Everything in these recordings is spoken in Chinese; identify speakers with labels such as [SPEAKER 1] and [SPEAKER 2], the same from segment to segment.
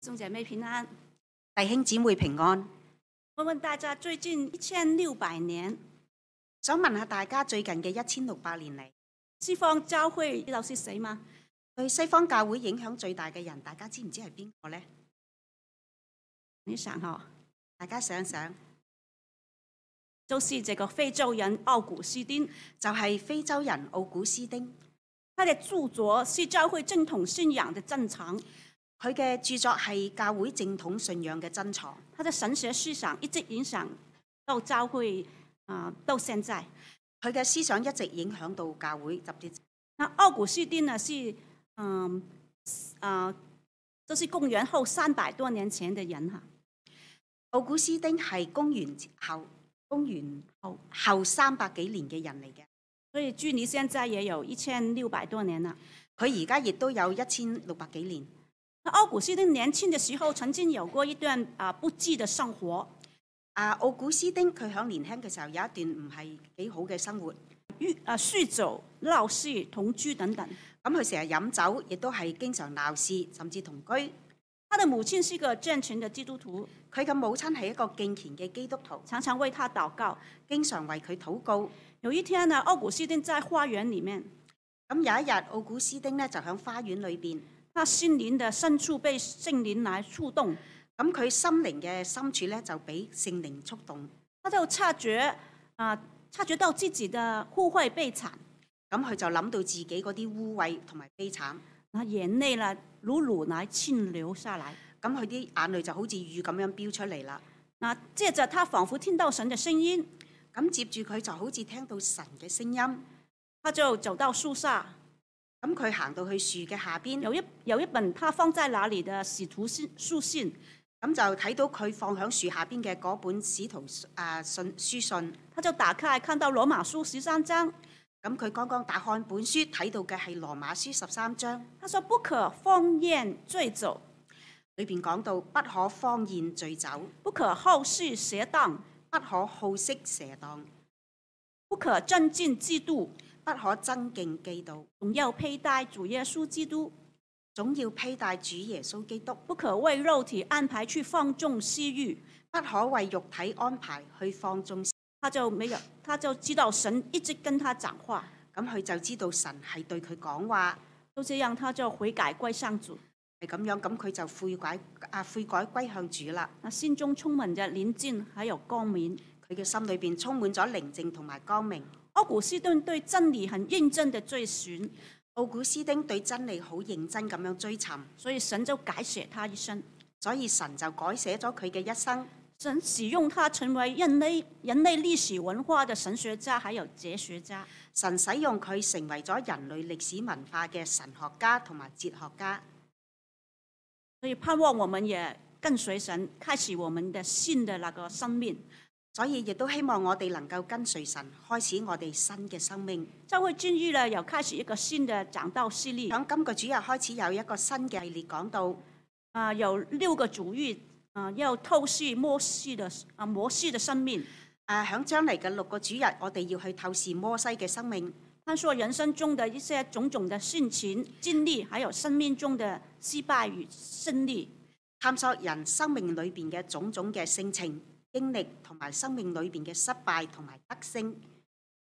[SPEAKER 1] 众姐妹平安。
[SPEAKER 2] 弟兄姊妹平安。
[SPEAKER 1] 问问大家，最近一千六百年，
[SPEAKER 2] 想問下大家最近嘅一千六百年嚟，
[SPEAKER 1] 西方教会老师谁吗？
[SPEAKER 2] 對西方教會影響最大嘅人，大家知唔知係邊個呢？
[SPEAKER 1] 你想哈、哦，
[SPEAKER 2] 大家想想，
[SPEAKER 1] 就是这个非洲人奥古斯丁，
[SPEAKER 2] 就係、非洲人奧古斯丁，
[SPEAKER 1] 他的著作是教会正统信仰的正常，
[SPEAKER 2] 佢嘅著作係教會正統信仰嘅珍藏。
[SPEAKER 1] 他的神学思想一直影响到教会啊、到现在。
[SPEAKER 2] 佢嘅思想一直影響到教會，特別
[SPEAKER 1] 那奥古斯丁呢是嗯啊、这是公元后三百多年前的人哈、
[SPEAKER 2] 奧古斯丁係公元後公元
[SPEAKER 1] 後
[SPEAKER 2] 後三百幾年嘅人嚟嘅，
[SPEAKER 1] 所以距离现在也有一千六百多年了。
[SPEAKER 2] 佢而家亦都有一千六百幾年。
[SPEAKER 1] 那奥古斯丁年轻的时候，曾经有过一段啊不羁的生活，
[SPEAKER 2] 啊，奧古斯丁佢響年輕嘅時候有一段唔係幾好嘅生活，
[SPEAKER 1] 酗啊酗酒、闹事、同居等等。
[SPEAKER 2] 咁佢成日飲酒，亦都係經常鬧事，甚至同居。
[SPEAKER 1] 他的母亲是个虔诚的基督徒，
[SPEAKER 2] 佢嘅母親係一個敬虔嘅基督徒，
[SPEAKER 1] 常常为他祷告。
[SPEAKER 2] 經常為佢禱告。
[SPEAKER 1] 有一天呢，奥古斯丁在花园里面，
[SPEAKER 2] 咁有一日，奧古斯丁呢就喺花園裏邊，
[SPEAKER 1] 他心灵的深处被圣灵来触动，
[SPEAKER 2] 咁佢心靈嘅深處呢就俾聖靈觸動，
[SPEAKER 1] 他就察觉啊、察觉到自己的互惠被惨，
[SPEAKER 2] 咁佢就諗到自己嗰啲污穢同埋悲慘，
[SPEAKER 1] 那眼泪呢如乳来沁流下来。
[SPEAKER 2] 咁佢啲眼淚就好似雨咁樣飆出嚟啦。
[SPEAKER 1] 那接着他仿佛听到神的声音，
[SPEAKER 2] 咁接住佢就好似聽到神嘅聲音，咁
[SPEAKER 1] 他就走到树下，
[SPEAKER 2] 佢行到去樹嘅下邊，
[SPEAKER 1] 有一有一本他放在哪里的使徒信书信，
[SPEAKER 2] 咁就睇到佢放喺樹下邊嘅嗰本使徒啊信書信。
[SPEAKER 1] 他就打开看到罗马书十三章，
[SPEAKER 2] 咁佢剛剛打開本書，睇到嘅係羅馬書十三章，
[SPEAKER 1] 他说不可放宴醉酒，
[SPEAKER 2] 裏邊講到不可荒宴醉酒，
[SPEAKER 1] 不可好事邪荡，
[SPEAKER 2] 不可好色蛇當，
[SPEAKER 1] 不可增进嫉妒，
[SPEAKER 2] 不可爭競嫉妒，
[SPEAKER 1] 总要佩戴主耶稣基督，
[SPEAKER 2] 總要披戴主耶穌基督，
[SPEAKER 1] 不可为肉体安排去放纵私欲。
[SPEAKER 2] 不可為肉體安排去放縱。
[SPEAKER 1] 他就没有，他就知道神一直跟他讲话，
[SPEAKER 2] 咁佢就知道神係對佢講話，
[SPEAKER 1] 就这样他就悔改归向主，
[SPEAKER 2] 係咁樣，咁佢就悔改啊悔改歸向主啦。
[SPEAKER 1] 那心中充满着宁静还有光明。
[SPEAKER 2] 佢嘅心裏邊充滿咗寧靜同埋光明。
[SPEAKER 1] 奥古斯顿对真理很认真的追寻，
[SPEAKER 2] 奧古斯丁對真理好認真咁樣追尋，
[SPEAKER 1] 所以神就改写他一生，
[SPEAKER 2] 所以神就改寫咗佢嘅一生。
[SPEAKER 1] 神使用他成为人类人类历史文化的神学家，还有哲学家。
[SPEAKER 2] 神使用佢成為咗人類歷史文化嘅神學家同埋哲學家，
[SPEAKER 1] 所以盼望我们也跟随神，开始我们的新的那个生命。
[SPEAKER 2] 所以亦都希望我哋能夠跟隨神，開始我哋新嘅生命。
[SPEAKER 1] 教会今日呢，有开始一个新的讲道系列，啊、
[SPEAKER 2] 響今個主日開始有一個新嘅系列講到
[SPEAKER 1] 啊有六个主义，啊、要透视末世的啊、摩西的生命。
[SPEAKER 2] 啊，響將嚟嘅六個主日，我哋要去透視摩西嘅生命，
[SPEAKER 1] 探索人生中的一些种种的性情、经历，还有生命中的失败与胜利。
[SPEAKER 2] 探索人生命裏邊嘅種種嘅性情、經歷同埋生命裏邊嘅失敗同埋得勝。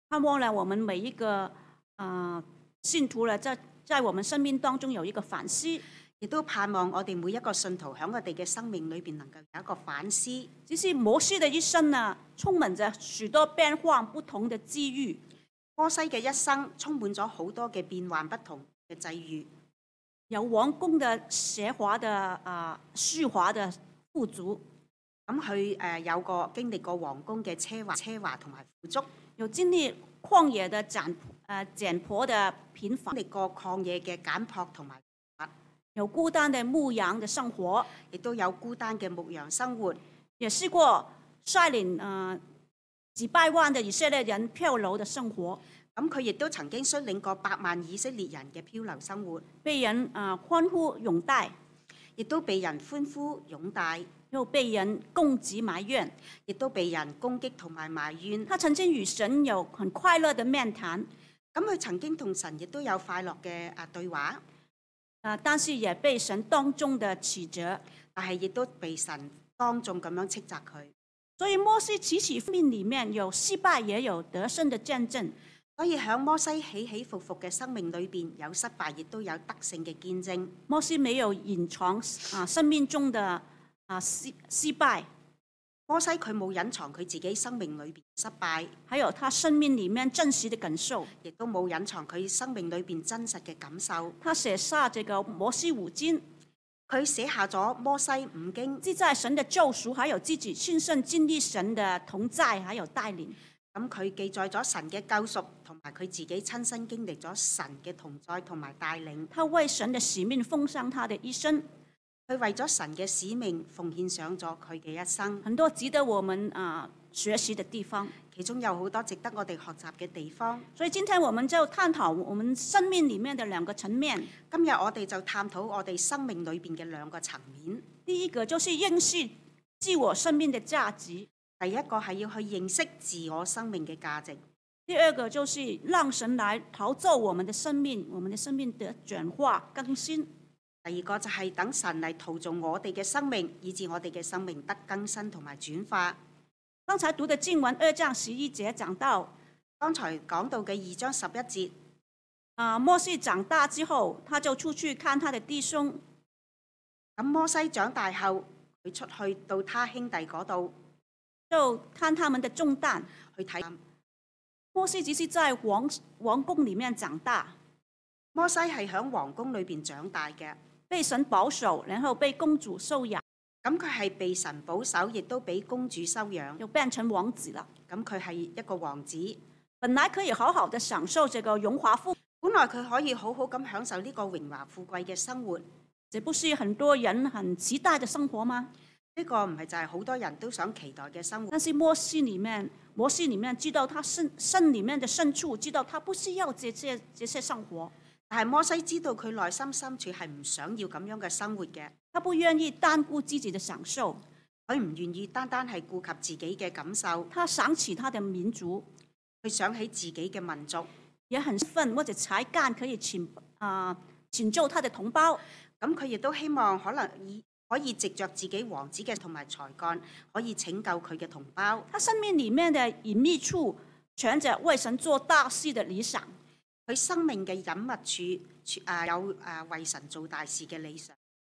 [SPEAKER 1] 盼望呢，我们每一个呃信徒呢，在在我们生命当中有一个反思，
[SPEAKER 2] 亦都盼望我哋每一個信徒喺我哋嘅生命裏邊能夠有一個反思。
[SPEAKER 1] 只是摩西的一生呢，充满着许多变幻不同的机遇。
[SPEAKER 2] 摩西嘅一生充滿咗好多嘅變幻不同嘅際遇，
[SPEAKER 1] 有王宫的奢华的啊、呃、虚华的富足，
[SPEAKER 2] 咁佢誒有個經歷過皇宮嘅奢華、奢華同埋富足，
[SPEAKER 1] 有经历旷野的简呃简朴的贫乏，
[SPEAKER 2] 經歷過曠野嘅簡朴同埋，
[SPEAKER 1] 有孤单的牧羊的生活，
[SPEAKER 2] 亦都有孤單嘅牧羊生活，
[SPEAKER 1] 也试过率领呃几百万的以色列人漂流的生活，
[SPEAKER 2] 咁佢亦都曾經率領過百萬以色列人嘅漂流生活，
[SPEAKER 1] 被人啊、呃欢呼拥戴，
[SPEAKER 2] 亦都被人歡呼擁戴，
[SPEAKER 1] 又被人攻击埋怨。
[SPEAKER 2] 亦都被人攻擊同埋埋怨。
[SPEAKER 1] 他曾经与神有很快乐的面谈，
[SPEAKER 2] 咁佢曾經同神亦都有快樂嘅啊對話，
[SPEAKER 1] 啊，但是也被神当中的指责。
[SPEAKER 2] 但係亦都被神當眾咁樣斥責佢。
[SPEAKER 1] 所以摩西起起伏面里面有失败，也有得胜的见证。
[SPEAKER 2] 所以喺摩西起起伏伏嘅生命裏邊，有失敗，亦都有得勝嘅見證。
[SPEAKER 1] 摩西没有隐藏啊生命中的啊失失败，
[SPEAKER 2] 摩西佢冇隱藏佢自己生命裏邊失敗，
[SPEAKER 1] 还有他生命里面真实的感受。
[SPEAKER 2] 亦都冇隱藏佢生命裏邊真實嘅感受。
[SPEAKER 1] 他写下这个摩西五经，
[SPEAKER 2] 佢寫下咗摩西五經，
[SPEAKER 1] 记载神的救赎，还有自己亲身经历神的同在，还有带领。
[SPEAKER 2] 咁佢記載咗神嘅救贖，同埋佢自己親身經歷咗神嘅同在同埋帶領。
[SPEAKER 1] 他为神的使命奉上他的一生，
[SPEAKER 2] 佢為咗神嘅使命奉獻上咗佢嘅一生，
[SPEAKER 1] 很多值得我们啊、学习的地方。
[SPEAKER 2] 其中有好多值得我哋學習嘅地方。
[SPEAKER 1] 所以今天我们就探讨我们生命里面的两个层面，
[SPEAKER 2] 今日我哋就探討我哋生命裏邊嘅兩個層面。
[SPEAKER 1] 第一个就是认识自我生命的价值，
[SPEAKER 2] 第一個係要去認識自我生命嘅價值，
[SPEAKER 1] 第二个就是让神来陶造我们的生命，我们的生命的转化更新。
[SPEAKER 2] 第二個就係等神嚟陶造我哋嘅生命，以致我哋嘅生命得更新同埋轉化。
[SPEAKER 1] 刚才读的经文二章十一节讲到，
[SPEAKER 2] 剛才講到嘅二章十一節，
[SPEAKER 1] 啊、摩西长大之后，他就出去看他的弟兄，
[SPEAKER 2] 咁摩西長大後，佢出去到他兄弟嗰度
[SPEAKER 1] 就看他们的重担。
[SPEAKER 2] 去睇。
[SPEAKER 1] 摩西只是在王王宫里面长大，
[SPEAKER 2] 摩西係喺皇宮裏邊長大嘅，
[SPEAKER 1] 被神保守，然后被公主收养，
[SPEAKER 2] 咁佢係被神保守，亦都俾公主收養。
[SPEAKER 1] 就变成王子了。
[SPEAKER 2] 咁佢係一個王子，
[SPEAKER 1] 本来可以好好的享受这个荣华富，
[SPEAKER 2] 本來佢可以好好咁享受呢個榮華富貴嘅生活。
[SPEAKER 1] 这不是很多人很期待的生活吗？
[SPEAKER 2] 呢個唔係就係好多人都想期待嘅生活，
[SPEAKER 1] 但是摩西里面，摩西里面知道他身身里面的深处，知道他不需要这些这些生活，
[SPEAKER 2] 但係摩西知道佢內心深處係唔想要咁樣嘅生活嘅，
[SPEAKER 1] 他不愿意单顾自己的享受，
[SPEAKER 2] 佢唔願意單單係顧及自己嘅感受，
[SPEAKER 1] 他想起他的民族，
[SPEAKER 2] 佢想起自己嘅民族，
[SPEAKER 1] 也很愤或者才干可以请啊、请救他的同胞，
[SPEAKER 2] 咁佢亦都希望可能以可以藉着自己王子嘅同埋才幹，可以拯救佢嘅同胞。
[SPEAKER 1] 他生命里面的隐秘处存着为神做大事的理想。
[SPEAKER 2] 佢生命嘅隱密處，啊有啊為神做大事嘅理想。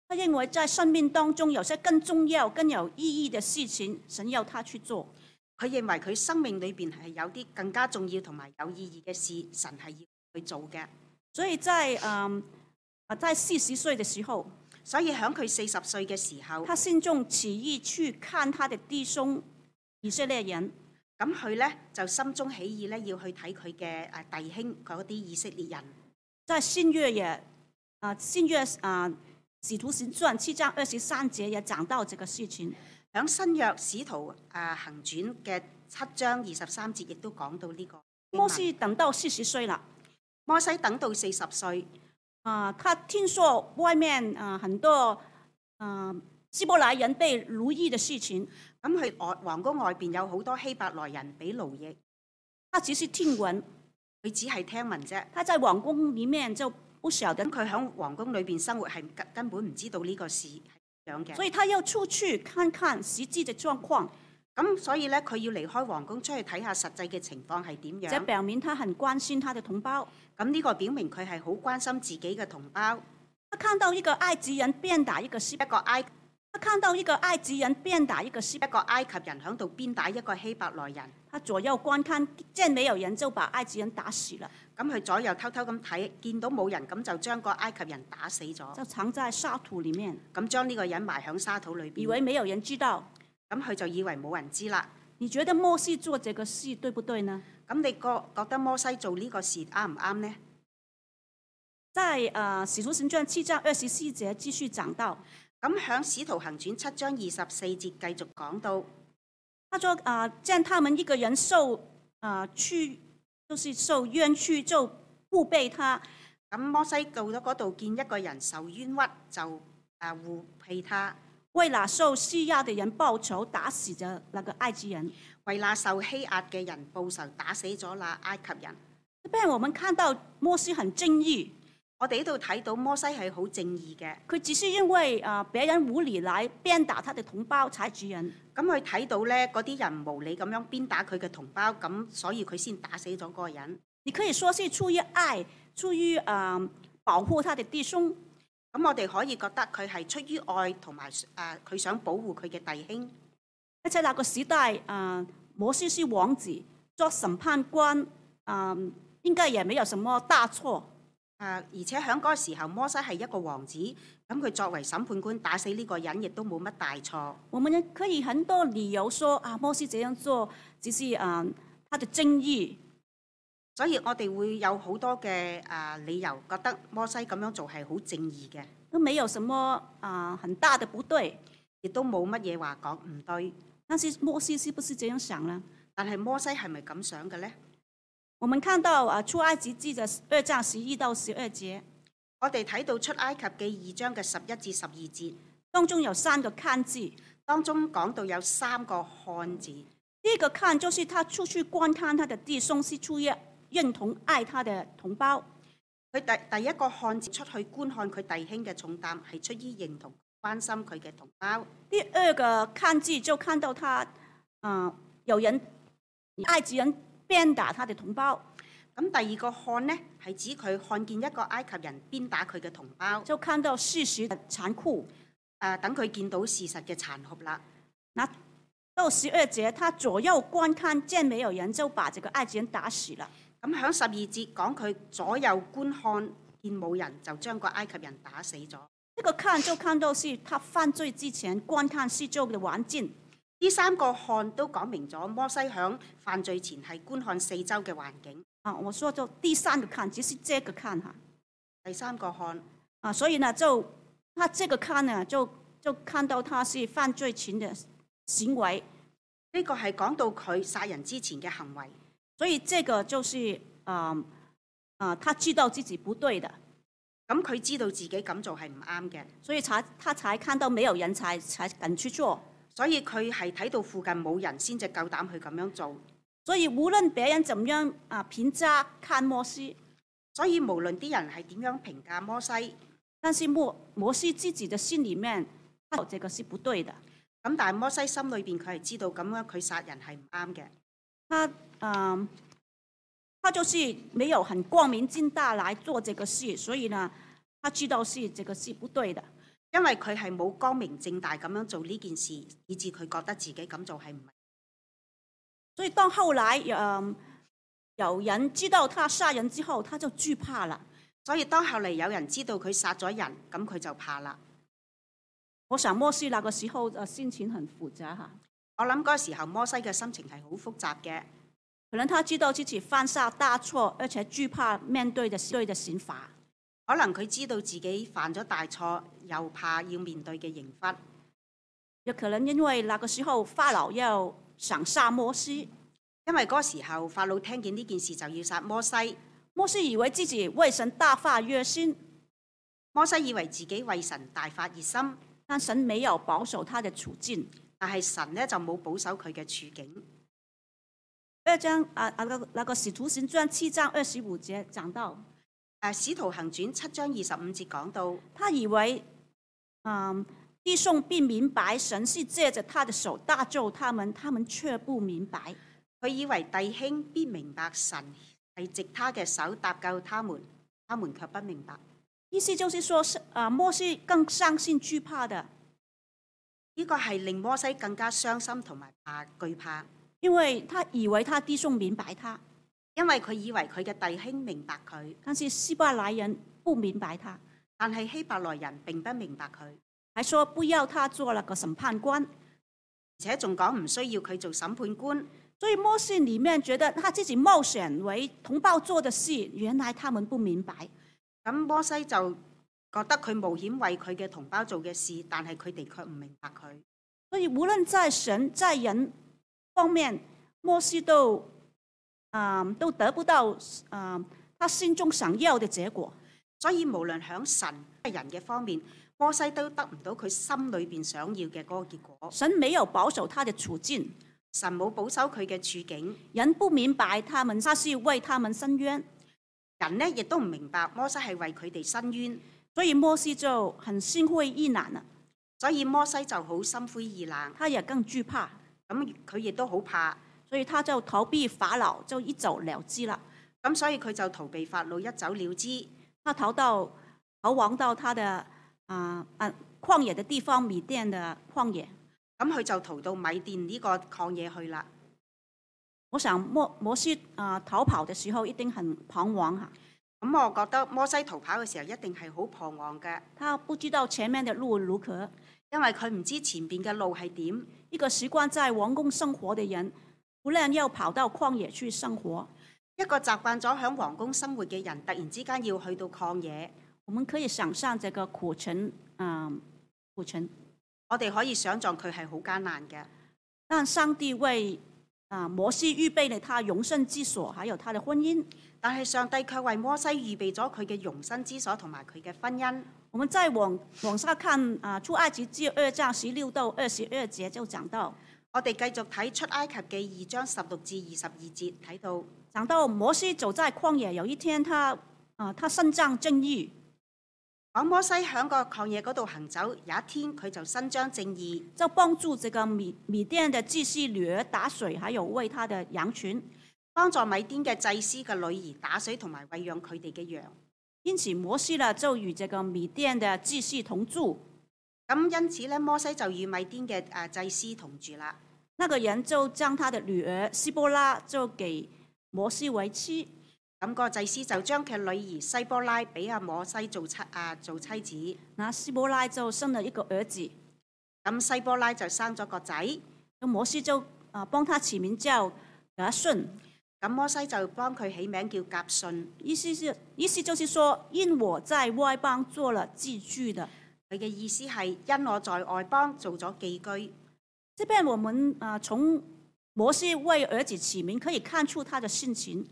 [SPEAKER 1] 他认为在生命当中有些更重要、更有意义的事情，神要他去做。
[SPEAKER 2] 佢認為佢生命裏邊係有啲更加重要同埋有意義嘅事，神係要去做嘅。
[SPEAKER 1] 所以在嗯啊，在四十岁的时候，
[SPEAKER 2] 所以喺佢四十歲嘅時候，
[SPEAKER 1] 他心中起意去看他的弟兄以色列人，
[SPEAKER 2] 咁佢呢就心中起意呢，要去睇佢嘅誒弟兄嗰啲以色列人。
[SPEAKER 1] 在新月也啊，新月啊，《使徒行传》七章二十三节也讲到这个事情。
[SPEAKER 2] 喺新約使徒誒行傳嘅七章二十三節，亦都講到呢、個經
[SPEAKER 1] 摩
[SPEAKER 2] 文
[SPEAKER 1] 西等到四十岁了
[SPEAKER 2] 摩西等到四十歲，
[SPEAKER 1] 啊，他听说外面啊很多啊希伯来人被奴役的事情，
[SPEAKER 2] 咁佢外皇宮外邊有好多希伯來人俾奴役，
[SPEAKER 1] 他只是听闻。
[SPEAKER 2] 佢只係聽聞啫。
[SPEAKER 1] 他在皇宫里面就不晓得
[SPEAKER 2] 咁，佢喺皇宮裏邊生活係根根本唔知道呢個事係點樣嘅。
[SPEAKER 1] 所以他要出去看看实际的状况，
[SPEAKER 2] 咁所以咧，佢要離開皇宮出去睇下實際嘅情況係點
[SPEAKER 1] 这
[SPEAKER 2] 樣。
[SPEAKER 1] 表明他很关心他的同胞。
[SPEAKER 2] 咁呢個表明佢係好關心自己嘅同胞。
[SPEAKER 1] 他看到一个埃及人鞭打一个希，
[SPEAKER 2] 一個埃
[SPEAKER 1] 他看到一个埃及人鞭打一个希，
[SPEAKER 2] 一個埃及人喺度鞭打一個希伯來人，
[SPEAKER 1] 他左右观看，见没有人就把埃及人打死了，
[SPEAKER 2] 咁佢左右偷偷咁睇，見到冇人咁就將個埃及人打死咗，
[SPEAKER 1] 就藏在沙土里面，
[SPEAKER 2] 咁將呢個人埋喺沙土裏
[SPEAKER 1] 以
[SPEAKER 2] 邊。
[SPEAKER 1] 为没有人知道。
[SPEAKER 2] 咁佢就以為冇人知啦。
[SPEAKER 1] 你觉得摩西做这个事对不对呢？
[SPEAKER 2] 咁你覺覺得摩西做呢個事啱唔啱呢？
[SPEAKER 1] 在呃《使徒行传》七章二十四节继续讲到，
[SPEAKER 2] 咁響《使徒行傳》七章二十四節繼續講到，
[SPEAKER 1] 他说啊、呃见他们一个人受啊、呃屈，就是受冤屈，就不被他
[SPEAKER 2] 咁摩西到咗嗰度見一個人受冤屈，就啊護庇他，
[SPEAKER 1] 为了受欺压的人报仇，打死的那个埃及人。
[SPEAKER 2] 為那受欺壓嘅人報仇，打死咗那埃及人。
[SPEAKER 1] 这边我们看到摩西很正义，
[SPEAKER 2] 我哋呢度睇到摩西係好正義嘅，
[SPEAKER 1] 佢只是因為啊別人無理來鞭打他的同胞才主人，
[SPEAKER 2] 咁佢睇到咧嗰啲人無理咁樣鞭打佢嘅同胞，咁所以佢先打死咗嗰個人。
[SPEAKER 1] 你可以說是出於愛，出於啊、保護他的弟兄。
[SPEAKER 2] 咁我哋可以覺得佢係出於愛同埋誒佢想保護佢嘅弟兄。
[SPEAKER 1] 而且那個時代啊、摩西是王子，做審判官啊、應該也沒有什麼大錯。
[SPEAKER 2] 啊！而且喺嗰個時候，摩西係一個王子，咁佢作為審判官打死呢個人，亦都冇乜大錯。
[SPEAKER 1] 我們也可以很多理由說啊，摩西這樣做只是啊、他的正義，
[SPEAKER 2] 所以我哋會有好多嘅啊理由覺得摩西咁樣做係好正義嘅，
[SPEAKER 1] 都沒有什麼啊、很大的不對。
[SPEAKER 2] 亦都冇乜嘢話講唔對。
[SPEAKER 1] 但是摩西是不是這樣想呢？
[SPEAKER 2] 但係摩西係咪咁想嘅呢？
[SPEAKER 1] 我們看到啊，《出埃及记》的二章十一到十二节
[SPEAKER 2] 我哋睇到出埃及記二章嘅十一至十二節，
[SPEAKER 1] 當中有三個看字，
[SPEAKER 2] 當中講到有三個漢字。
[SPEAKER 1] 第一個看就是他出去觀看他的弟兄是出於認同愛他的同胞，
[SPEAKER 2] 佢第第一個漢字出去觀看佢弟兄嘅重擔，係出於認同關心佢嘅同胞。
[SPEAKER 1] 第二個看字就看到他啊、呃有人埃及人鞭打他的同胞，
[SPEAKER 2] 咁第二個看呢，係指佢看見一個埃及人鞭打佢嘅同胞，
[SPEAKER 1] 就看到事實的殘酷。
[SPEAKER 2] 啊等佢見到事實嘅殘酷啦。
[SPEAKER 1] 那到十二節，他左右觀看，見沒有人，就把這個埃及人打死了。
[SPEAKER 2] 咁喺十二節講佢左右觀看，見冇人就將個埃及人打死咗。
[SPEAKER 1] 這個看就看到是他犯罪之前觀看四周的環境。
[SPEAKER 2] 呢三個看都講明咗摩西響犯罪前係觀看四周嘅環境。
[SPEAKER 1] 啊，我说就第三个看，只是这个看哈，
[SPEAKER 2] 第三個看，
[SPEAKER 1] 啊，所以呢，就他这个看呢，就就看到他是犯罪前的行为，
[SPEAKER 2] 呢個係講到佢殺人之前嘅行為。
[SPEAKER 1] 所以这个就是啊啊、他知道自己不对的，
[SPEAKER 2] 咁佢知道自己咁做係唔啱嘅，
[SPEAKER 1] 所以才他才看到没有人才才敢去做，
[SPEAKER 2] 所以佢係睇到附近冇人先至夠膽去咁樣做。
[SPEAKER 1] 所以无论别人怎么样啊评价看摩西，
[SPEAKER 2] 所以無論啲人係點樣評價摩西，咁
[SPEAKER 1] 但是摩摩西自己的心里面，他这个是不对的，
[SPEAKER 2] 但係摩西心裏邊佢係知道咁樣佢殺人係唔啱嘅，
[SPEAKER 1] 他啊、他就是没有很光明正大来做这个事，所以呢，他知道是这个是不对的，
[SPEAKER 2] 因為佢係冇光明正大咁樣做呢件事，以致佢覺得自己咁做係唔係。
[SPEAKER 1] 所以当后来嗯、有人知道他杀人之后，他就惧怕了。
[SPEAKER 2] 所以當後嚟有人知道佢殺咗人，咁佢就怕啦。
[SPEAKER 1] 我想莫西那个时候呃心情很复杂哈，
[SPEAKER 2] 我諗嗰時候摩西嘅心情係好複雜嘅，
[SPEAKER 1] 可能他知道自己犯下大错，而且惧怕面对的对的刑罚，
[SPEAKER 2] 可能佢知道自己犯咗大錯，又怕要面對嘅刑罰。
[SPEAKER 1] 也可能因为那个时候法老要想杀摩西，
[SPEAKER 2] 因為嗰時候法老聽見呢件事就要殺摩西，
[SPEAKER 1] 摩西以为自己为神大发热心，
[SPEAKER 2] 摩西以為自己為神大發熱心，
[SPEAKER 1] 但神没有保守他的处境。
[SPEAKER 2] 但係神呢就冇保守佢嘅處境。
[SPEAKER 1] 二章啊啊那个那个使徒行传七章二十五节讲到，
[SPEAKER 2] 誒《啊使徒行傳》七章二十五節講到，
[SPEAKER 1] 他以为，嗯，弟兄并明白神是借着他的手大救他们，他们却不明白。
[SPEAKER 2] 佢以為弟兄必明白神係藉他嘅手搭救他們，他們卻不明白。
[SPEAKER 1] 意思就是说，是啊，摩西更相信惧怕的，
[SPEAKER 2] 呢個係令摩西更加傷心同埋怕懼怕，
[SPEAKER 1] 因为他以为他弟兄明白他，
[SPEAKER 2] 因為佢以為佢嘅弟兄明白佢，
[SPEAKER 1] 但是希伯来人不明白他，
[SPEAKER 2] 但係希伯來人並不明白佢，而
[SPEAKER 1] 还说不要他做那个审判官。
[SPEAKER 2] 且仲講唔需要佢做審判官。
[SPEAKER 1] 所以摩西里面觉得他自己冒险为同胞做的事，原来他们不明白。
[SPEAKER 2] 咁摩西就覺得佢冒險為佢嘅同胞做嘅事，但係佢哋卻唔明白佢。
[SPEAKER 1] 所以无论在神在人方面，摩西都啊、都得不到啊、他心中想要的结果。
[SPEAKER 2] 所以無論響神人嘅方面，摩西都得唔到佢心裏邊想要嘅嗰個結果。
[SPEAKER 1] 神没有保守他的处境，
[SPEAKER 2] 神冇保守佢嘅處境，
[SPEAKER 1] 人不明白他们，他是为他们伸冤。
[SPEAKER 2] 人呢亦都唔明白摩西係為佢哋伸冤，
[SPEAKER 1] 所以摩西就很心灰意冷了，
[SPEAKER 2] 所以摩西就好心灰意冷。
[SPEAKER 1] 他也更惧怕，
[SPEAKER 2] 咁佢亦都好怕，
[SPEAKER 1] 所以他就逃避法老，就一走了之了。
[SPEAKER 2] 咁所以佢就逃避法老一走了之。
[SPEAKER 1] 他逃到逃亡到他的啊啊旷野的地方，米甸的旷野。
[SPEAKER 2] 咁佢就逃到米甸呢個曠野去啦。
[SPEAKER 1] 我想摩摩西啊、逃跑的时候一定很彷徨啊哈，
[SPEAKER 2] 咁我覺得摩西逃跑嘅時候一定係好彷徨嘅，
[SPEAKER 1] 他不知道前面的路如何。
[SPEAKER 2] 因為佢唔知前邊嘅路係點。
[SPEAKER 1] 一个习惯在王宫生活的人，突然要跑到旷野去生活，
[SPEAKER 2] 一個習慣咗喺皇宮生活嘅人，突然之間要去到曠野，
[SPEAKER 1] 我们可以想象这个苦程，嗯，苦程。
[SPEAKER 2] 我哋可以想象佢係好艱難嘅。
[SPEAKER 1] 但上帝为啊、摩西预备了他容身之所，还有他的婚姻。
[SPEAKER 2] 但係上帝卻為摩西預備咗佢嘅容身之所同埋佢嘅婚姻。
[SPEAKER 1] 我们再往往下看啊，出埃及记二章十六到二十二节就讲到，
[SPEAKER 2] 我哋繼續睇出埃及記二章十六至二十二節，睇到
[SPEAKER 1] 讲到摩西走在旷野，有一天他啊、他伸张正义，
[SPEAKER 2] 講摩西喺個曠野嗰度行走，有一天佢就伸張正義，
[SPEAKER 1] 就帮助这个米米甸的祭司女儿打水，还有喂他的羊群。
[SPEAKER 2] 幫助米甸嘅祭司嘅女兒打水同埋餵養佢哋嘅羊。
[SPEAKER 1] 因此，摩西呢就与这个米甸的祭司同住。
[SPEAKER 2] 咁因此咧，摩西就與米甸嘅誒祭司同住啦。
[SPEAKER 1] 那个人就将他的女儿希波拉就给摩西为妻。
[SPEAKER 2] 咁、個祭司就將佢女兒西波拉俾阿摩西做妻啊做妻子。
[SPEAKER 1] 那希伯拉就生了一个儿子，
[SPEAKER 2] 咁西波拉就生咗個仔，
[SPEAKER 1] 那摩西就啊帮他起名叫格顺，
[SPEAKER 2] 咁摩西就幫佢起名叫甲信。
[SPEAKER 1] 意思是意思就是说，因我在外邦做了寄居的。
[SPEAKER 2] 佢嘅意思係因我在外邦做咗寄居。
[SPEAKER 1] 这边我们啊、从摩西为儿子起名可以看出他的性情。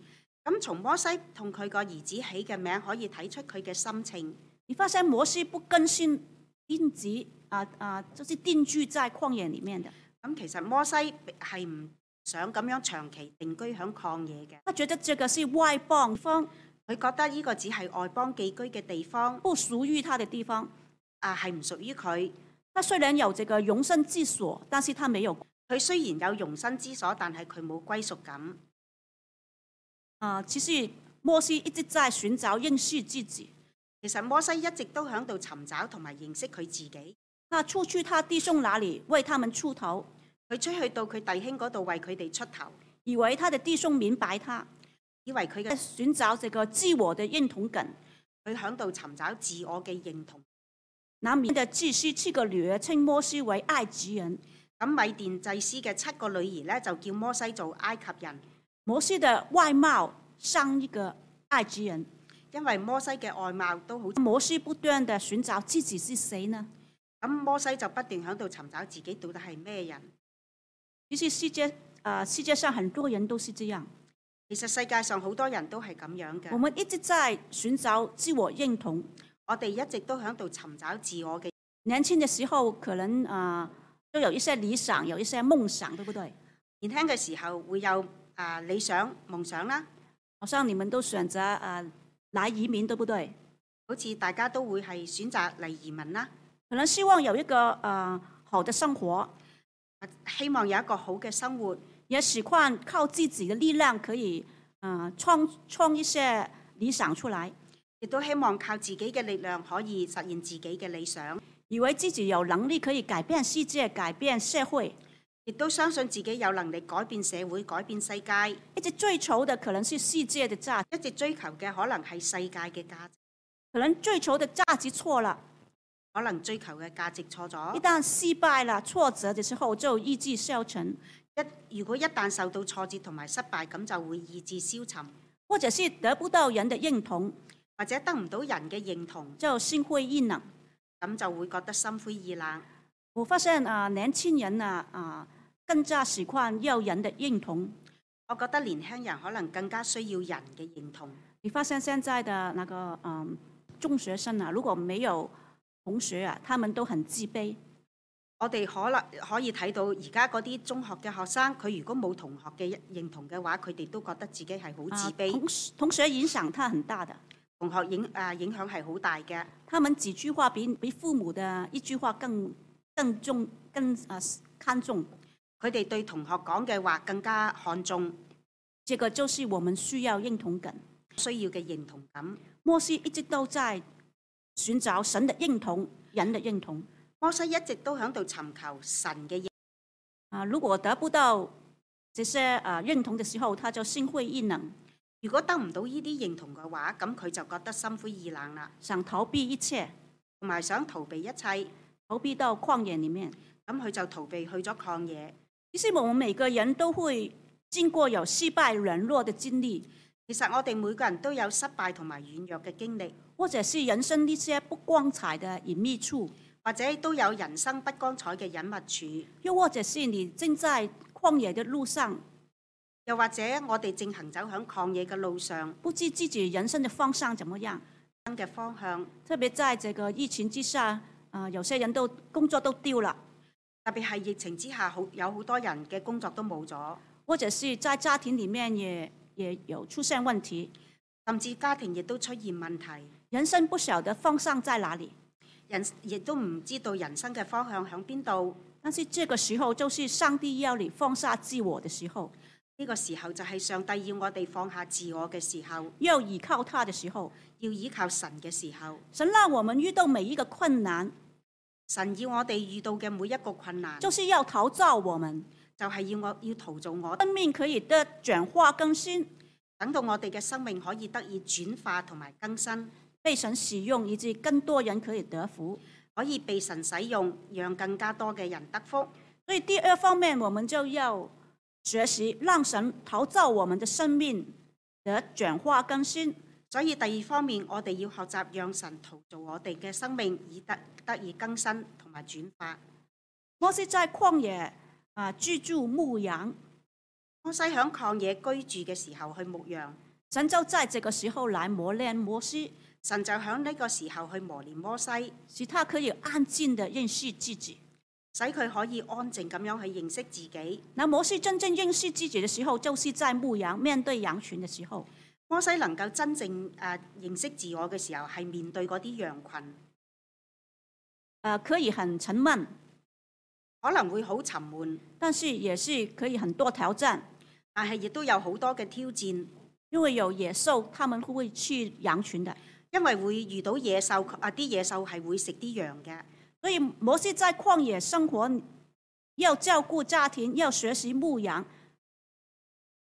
[SPEAKER 2] 咁從摩西同佢個兒子起嘅名可以睇出佢嘅心情。
[SPEAKER 1] 你发现摩西不更新定籍啊啊，就是定居在旷野里面的。
[SPEAKER 2] 咁其實摩西係唔想咁樣長期定居響曠野嘅，
[SPEAKER 1] 他觉得这个是外邦方，
[SPEAKER 2] 佢覺得呢個只係外邦寄居嘅地方，
[SPEAKER 1] 不属于他的地方。
[SPEAKER 2] 啊係唔屬於佢。
[SPEAKER 1] 他虽然有这个容身之所，但是他没有
[SPEAKER 2] 佢雖然有容身之所，但係佢冇歸屬感。
[SPEAKER 1] 啊、其实摩西一直在寻找认识自己。
[SPEAKER 2] 其實摩西一直都響度尋找同埋認識佢自己。
[SPEAKER 1] 他出去他弟兄那里为他们出头，
[SPEAKER 2] 佢出去到佢弟兄嗰度為佢哋出頭，
[SPEAKER 1] 以为他的弟兄明白他，
[SPEAKER 2] 以為佢
[SPEAKER 1] 在
[SPEAKER 2] 嘅
[SPEAKER 1] 寻找这个自我的认同感。
[SPEAKER 2] 佢響度尋找自我嘅認同。
[SPEAKER 1] 南面的祭司七个女儿称摩西为埃及人，
[SPEAKER 2] 咁米甸祭司嘅七個女兒咧就叫摩西做埃及人，
[SPEAKER 1] 摩西的外貌像一个埃及人。
[SPEAKER 2] 因為摩西嘅外貌都好。
[SPEAKER 1] 摩西不断的寻找自己是谁呢？
[SPEAKER 2] 咁摩西就不斷響度尋找自己到底係咩人。
[SPEAKER 1] 其实世界啊、世界上很多人都是这样，
[SPEAKER 2] 其實世界上好多人都係咁樣
[SPEAKER 1] 我
[SPEAKER 2] 嘅，
[SPEAKER 1] 们一直在寻找自我认同。
[SPEAKER 2] 我哋一直都響度尋找自我嘅。
[SPEAKER 1] 年轻的时候可能啊、都有一些理想，有一些梦想，对不对？
[SPEAKER 2] 年輕嘅時候會有啊理想、夢想啦，
[SPEAKER 1] 好像你们都选择啊、来移民，对不对？
[SPEAKER 2] 好似大家都會係選擇嚟移民啦，
[SPEAKER 1] 可能希望有一个啊、好的生活，
[SPEAKER 2] 希望有一個好嘅生活，
[SPEAKER 1] 也喜欢靠自己的力量可以啊、创创一些理想出来，
[SPEAKER 2] 亦都希望靠自己嘅力量可以實現自己嘅理想，
[SPEAKER 1] 以为自己有能力可以改变世界、改变社会，
[SPEAKER 2] 亦都相信自己有能力改變社會、改變世界。
[SPEAKER 1] 一直追求的可能是世界的价值，
[SPEAKER 2] 一直追求嘅可能係世界嘅價值，
[SPEAKER 1] 可能追求的价值错了，
[SPEAKER 2] 可能追求嘅價值錯
[SPEAKER 1] 一
[SPEAKER 2] 咗。
[SPEAKER 1] 旦失败了、挫折的时候就意志消沉。
[SPEAKER 2] 一如果一旦受到挫折同埋失敗，咁就會意志消沉，
[SPEAKER 1] 或者是得不到人的认同，
[SPEAKER 2] 或者得唔到人嘅認同，
[SPEAKER 1] 就心灰意冷。
[SPEAKER 2] 咁就會覺得心灰意冷。
[SPEAKER 1] 我发现啊、年轻人啊啊、更加喜欢要人的认同。
[SPEAKER 2] 我覺得年輕人可能更加需要人嘅認同。
[SPEAKER 1] 你发现现在的那个嗯、中学生啊，如果没有同学啊，他们都很自卑。
[SPEAKER 2] 我哋可能可以睇到而家嗰啲中學嘅學生，佢如果冇同學嘅認同嘅話，佢哋都覺得自己係好
[SPEAKER 1] 啊
[SPEAKER 2] 自卑，
[SPEAKER 1] 同同學影響他很大的，
[SPEAKER 2] 同學影啊影響係好大嘅。
[SPEAKER 1] 他们几句话比比父母的一句话更更重更啊看重。
[SPEAKER 2] 佢哋對同學講嘅話更加看重，
[SPEAKER 1] 这个就是我们需要认同感。
[SPEAKER 2] 需要嘅認同感。
[SPEAKER 1] 摩西一直都在寻找神的认同、人的认同
[SPEAKER 2] 摩西一直都喺度尋求神嘅認，
[SPEAKER 1] 啊。如果得不到这些啊认同的时候，他就心灰意冷，
[SPEAKER 2] 如果得唔到呢啲認同嘅話，咁佢就覺得心灰意冷啦，
[SPEAKER 1] 想逃避一切，
[SPEAKER 2] 同埋想逃避一切，咁
[SPEAKER 1] 逃避到旷野里面。
[SPEAKER 2] 佢就逃避去咗曠野。
[SPEAKER 1] 其实我们每个人都会经过有失败、软弱的经历，
[SPEAKER 2] 其實我哋每個人都有失敗同埋軟弱嘅經歷，
[SPEAKER 1] 或者是人生一些不光彩的隐秘处，
[SPEAKER 2] 或者都有人生不光彩嘅隱密處。
[SPEAKER 1] 又或者是你正在旷野的路上，
[SPEAKER 2] 又或者我哋正行走喺曠野嘅路上，
[SPEAKER 1] 不知自己人生的方向怎么样。
[SPEAKER 2] 新嘅方向，
[SPEAKER 1] 特别在这个疫情之下，啊、有些人都工作都丢了。
[SPEAKER 2] 特別係疫情之下，好有好多人嘅工作都冇咗，
[SPEAKER 1] 或者是在家庭里面也也有出现问题，
[SPEAKER 2] 甚至家庭亦都出現問題，
[SPEAKER 1] 人生不晓得方向在哪里。
[SPEAKER 2] 人亦都唔知道人生嘅方向喺邊度。
[SPEAKER 1] 但是这个时候就是上帝要你放下自我的时候，
[SPEAKER 2] 呢、個時候就係上帝要我哋放下自我嘅時候，
[SPEAKER 1] 要依靠他的时候，
[SPEAKER 2] 要依靠神嘅時候。
[SPEAKER 1] 神让我们遇到每一个困难，
[SPEAKER 2] 神要我哋遇到嘅每一個困難，
[SPEAKER 1] 就是要陶造我们
[SPEAKER 2] 就係要我要陶造我，
[SPEAKER 1] 生命可以的转化更新，
[SPEAKER 2] 等到我哋嘅生命可以得以轉化同埋更新，
[SPEAKER 1] 被神使用，以致更多人可以得福。
[SPEAKER 2] 可以被神使用，讓更加多嘅人得福。
[SPEAKER 1] 所以第二方面，我们就要学习让神陶造我们的生命得转化更新。
[SPEAKER 2] 所以第二方面，我哋要學習讓神陶造我哋嘅生命，以得得以更新同埋轉化。
[SPEAKER 1] 摩西在旷野啊居住牧羊，
[SPEAKER 2] 摩西響曠野居住嘅時候去牧羊，
[SPEAKER 1] 神就在这个时候来磨练摩西，
[SPEAKER 2] 神就響呢個時候去磨練摩西，
[SPEAKER 1] 使他可以安静的认识自己。
[SPEAKER 2] 使佢可以安靜咁樣去認識自己。
[SPEAKER 1] 那摩西真正认识自己的时候，就是在牧羊面对羊群的时候。
[SPEAKER 2] 摩西能夠真正誒、呃、認識自我嘅時候，係面對嗰啲羊群，
[SPEAKER 1] 呃，可以很沉闷，
[SPEAKER 2] 可能會好沉悶，
[SPEAKER 1] 但是也是可以很多挑战，
[SPEAKER 2] 但係亦都有好多嘅挑戰，
[SPEAKER 1] 因为有野兽，他们会去羊群的。
[SPEAKER 2] 因為會遇到野獸，啊啲野獸係會食啲羊嘅。
[SPEAKER 1] 所以摩西在旷野生活，要照顾家庭，要学习牧羊，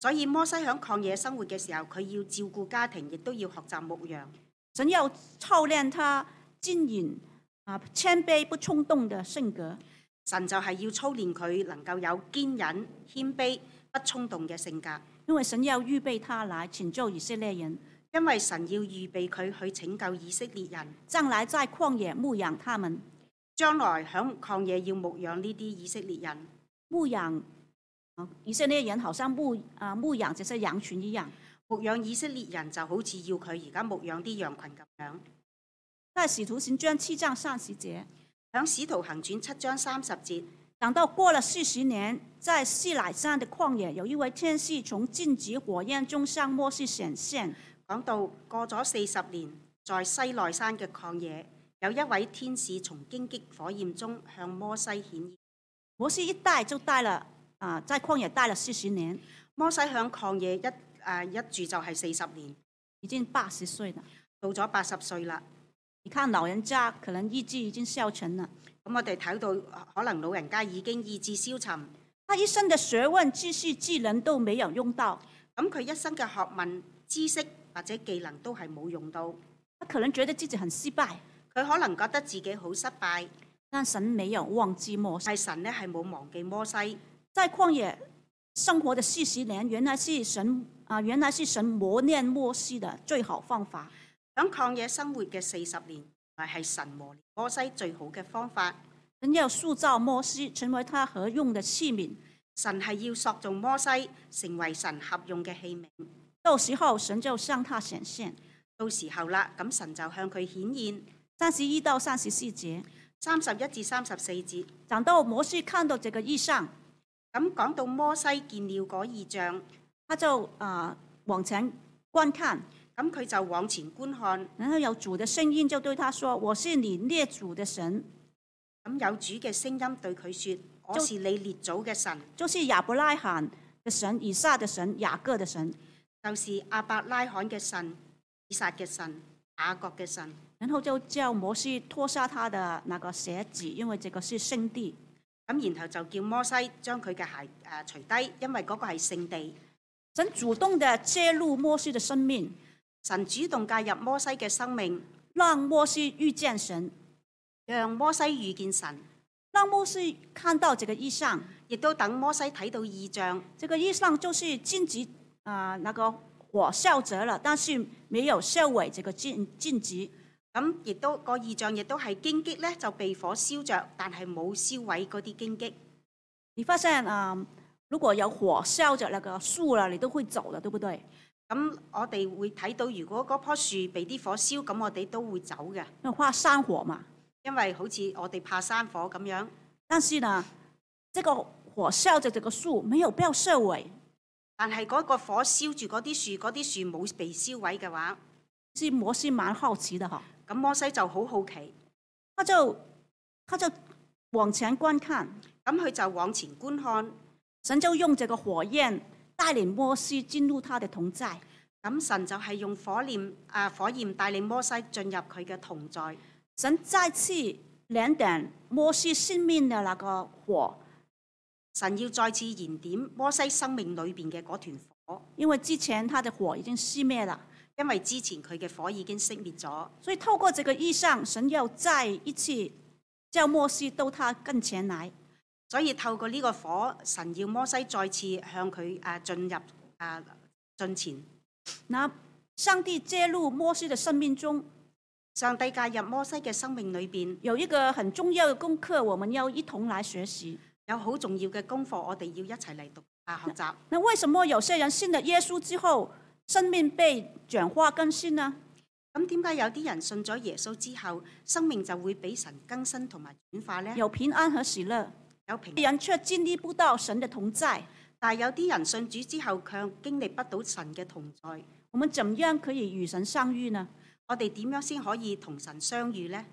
[SPEAKER 2] 所以摩西喺曠野生活嘅時候，佢要照顧家庭，亦都要學習牧羊。
[SPEAKER 1] 神要操练他经营啊谦卑不冲动的性格，
[SPEAKER 2] 神就係要操練佢能夠有堅忍、謙卑、不衝動嘅性格，
[SPEAKER 1] 因为神要预备他来拯救以色列人，
[SPEAKER 2] 因為神要預備佢去拯救以色列人，
[SPEAKER 1] 将来在旷野牧养他们，
[SPEAKER 2] 將來響曠野要牧養呢啲以色列人。
[SPEAKER 1] 牧养啊以色列人好像牧啊牧养这些羊群一样。
[SPEAKER 2] 牧養以色列人就好似要佢而家牧養啲羊群咁樣。
[SPEAKER 1] 在使徒行传七章三十节
[SPEAKER 2] 響《使徒行傳》七章三十節，
[SPEAKER 1] 讲到，过了四十年，在西乃山的旷野，有一位天使从荆棘火焰中向摩西显现，
[SPEAKER 2] 講到過咗四十年，在西奈山嘅曠野，有一位天使從荊棘火焰中向摩西顯現。
[SPEAKER 1] 摩西一带就带了啊，在旷野待了四十年，
[SPEAKER 2] 摩西響曠野一啊一住就係四十年，
[SPEAKER 1] 已经八十岁了。
[SPEAKER 2] 到咗八十歲啦。
[SPEAKER 1] 你看老人家可能意志已经消沉了，
[SPEAKER 2] 咁我哋睇到呃可能老人家已經意志消沉，
[SPEAKER 1] 他一生的学问、知识、技能都没有用到，
[SPEAKER 2] 咁佢一生嘅學問、知識或者技能都係冇用到。
[SPEAKER 1] 他可能觉得自己很失败，
[SPEAKER 2] 佢可能覺得自己好失敗，
[SPEAKER 1] 但神没有忘记摩西。
[SPEAKER 2] 但係神呢係冇忘記摩西。
[SPEAKER 1] 在旷野生活的四十年，原来是神啊，原来是神磨练摩西的最好方法。
[SPEAKER 2] 喺曠野生活嘅四十年，原來係神磨練摩西最好嘅方法。
[SPEAKER 1] 神要塑造摩西成为他合用的器皿，
[SPEAKER 2] 神係要塑造摩西成為神合用嘅器皿。
[SPEAKER 1] 到时候神就向他显现。
[SPEAKER 2] 到時候啦，咁神就向佢顯現。
[SPEAKER 1] 三十一到三十四节，
[SPEAKER 2] 三十一至三十四節。
[SPEAKER 1] 讲到摩西看到这个异象，
[SPEAKER 2] 咁講到摩西見了嗰異象，
[SPEAKER 1] 他就啊、往前观看，
[SPEAKER 2] 咁佢就往前觀看，
[SPEAKER 1] 然后有主的声音就对他说：“我是你列祖的神，
[SPEAKER 2] 咁有主嘅聲音對佢說：我是你列祖嘅神，
[SPEAKER 1] 就是亚伯拉罕的神、以撒的神、雅各的神。
[SPEAKER 2] 就是亞伯拉罕嘅神、以撒嘅神、雅各嘅神。”
[SPEAKER 1] 然后就叫摩西脱下他的那个鞋子，因为这个是圣地。
[SPEAKER 2] 咁然後就叫摩西將佢嘅鞋誒除低，因為嗰個係聖地。
[SPEAKER 1] 神主动的介入摩西的生命，
[SPEAKER 2] 神主動介入摩西嘅生命，
[SPEAKER 1] 让摩西遇见神，
[SPEAKER 2] 讓摩西遇見神，
[SPEAKER 1] 让摩西看到这个异象。
[SPEAKER 2] 亦都等摩西睇到異象。
[SPEAKER 1] 这个异象就是禁止啊、那个火烧着了，但是没有烧毁这个禁禁止。
[SPEAKER 2] 咁亦都個異象亦都係荊棘咧就被火燒着，但係冇燒毀嗰啲荊棘。
[SPEAKER 1] 你发现啊、如果有火烧着那个树了，你都会走的，对不对？
[SPEAKER 2] 咁我哋會睇到，如果嗰棵樹被啲火燒，咁我哋都會走嘅，
[SPEAKER 1] 那怕山火嘛。
[SPEAKER 2] 因為好似我哋怕山火咁樣。
[SPEAKER 1] 但是呢，这个火烧着这个树没有被烧毁，
[SPEAKER 2] 但係嗰個火燒住嗰啲樹，嗰啲樹冇被燒毀嘅話，
[SPEAKER 1] 是摩西蛮好奇的哈。
[SPEAKER 2] 咁摩西就好好奇，
[SPEAKER 1] 他就他就往前观看，
[SPEAKER 2] 咁佢就往前觀看。
[SPEAKER 1] 神就用这个火焰带领摩西进入他的同在。
[SPEAKER 2] 咁神就係用火焰啊火焰帶領摩西進入佢嘅同在。
[SPEAKER 1] 神再次燃点摩西生命的那个火，
[SPEAKER 2] 神要再次燃點摩西生命裏邊嘅嗰團火，
[SPEAKER 1] 因为之前他的火已经熄灭了，
[SPEAKER 2] 因為之前佢嘅火已經熄滅咗。
[SPEAKER 1] 所以透过这个意象，神要再一次叫摩西到他跟前来。
[SPEAKER 2] 所以透過呢個火，神要摩西再次向佢啊進入啊進前。
[SPEAKER 1] 那上帝介入摩西的生命中，
[SPEAKER 2] 上帝介入摩西嘅生命裏邊，
[SPEAKER 1] 有一个很重要的功课，我们要一同来学习。
[SPEAKER 2] 有好重要嘅功課，我哋要一齊嚟讀啊學習。
[SPEAKER 1] 那为什么有些人信了耶稣之后，生命被转化更新呢？
[SPEAKER 2] 咁點解有啲人信咗耶穌之後，生命就會俾神更新同埋轉化呢？
[SPEAKER 1] 有平安和喜乐，
[SPEAKER 2] 有平安
[SPEAKER 1] 人却经历不到神的同在。
[SPEAKER 2] 但係有啲人信主之後，卻經歷不到神嘅同在。
[SPEAKER 1] 我们怎么样可以与神相遇呢？
[SPEAKER 2] 我哋點樣先可以同神相遇呢？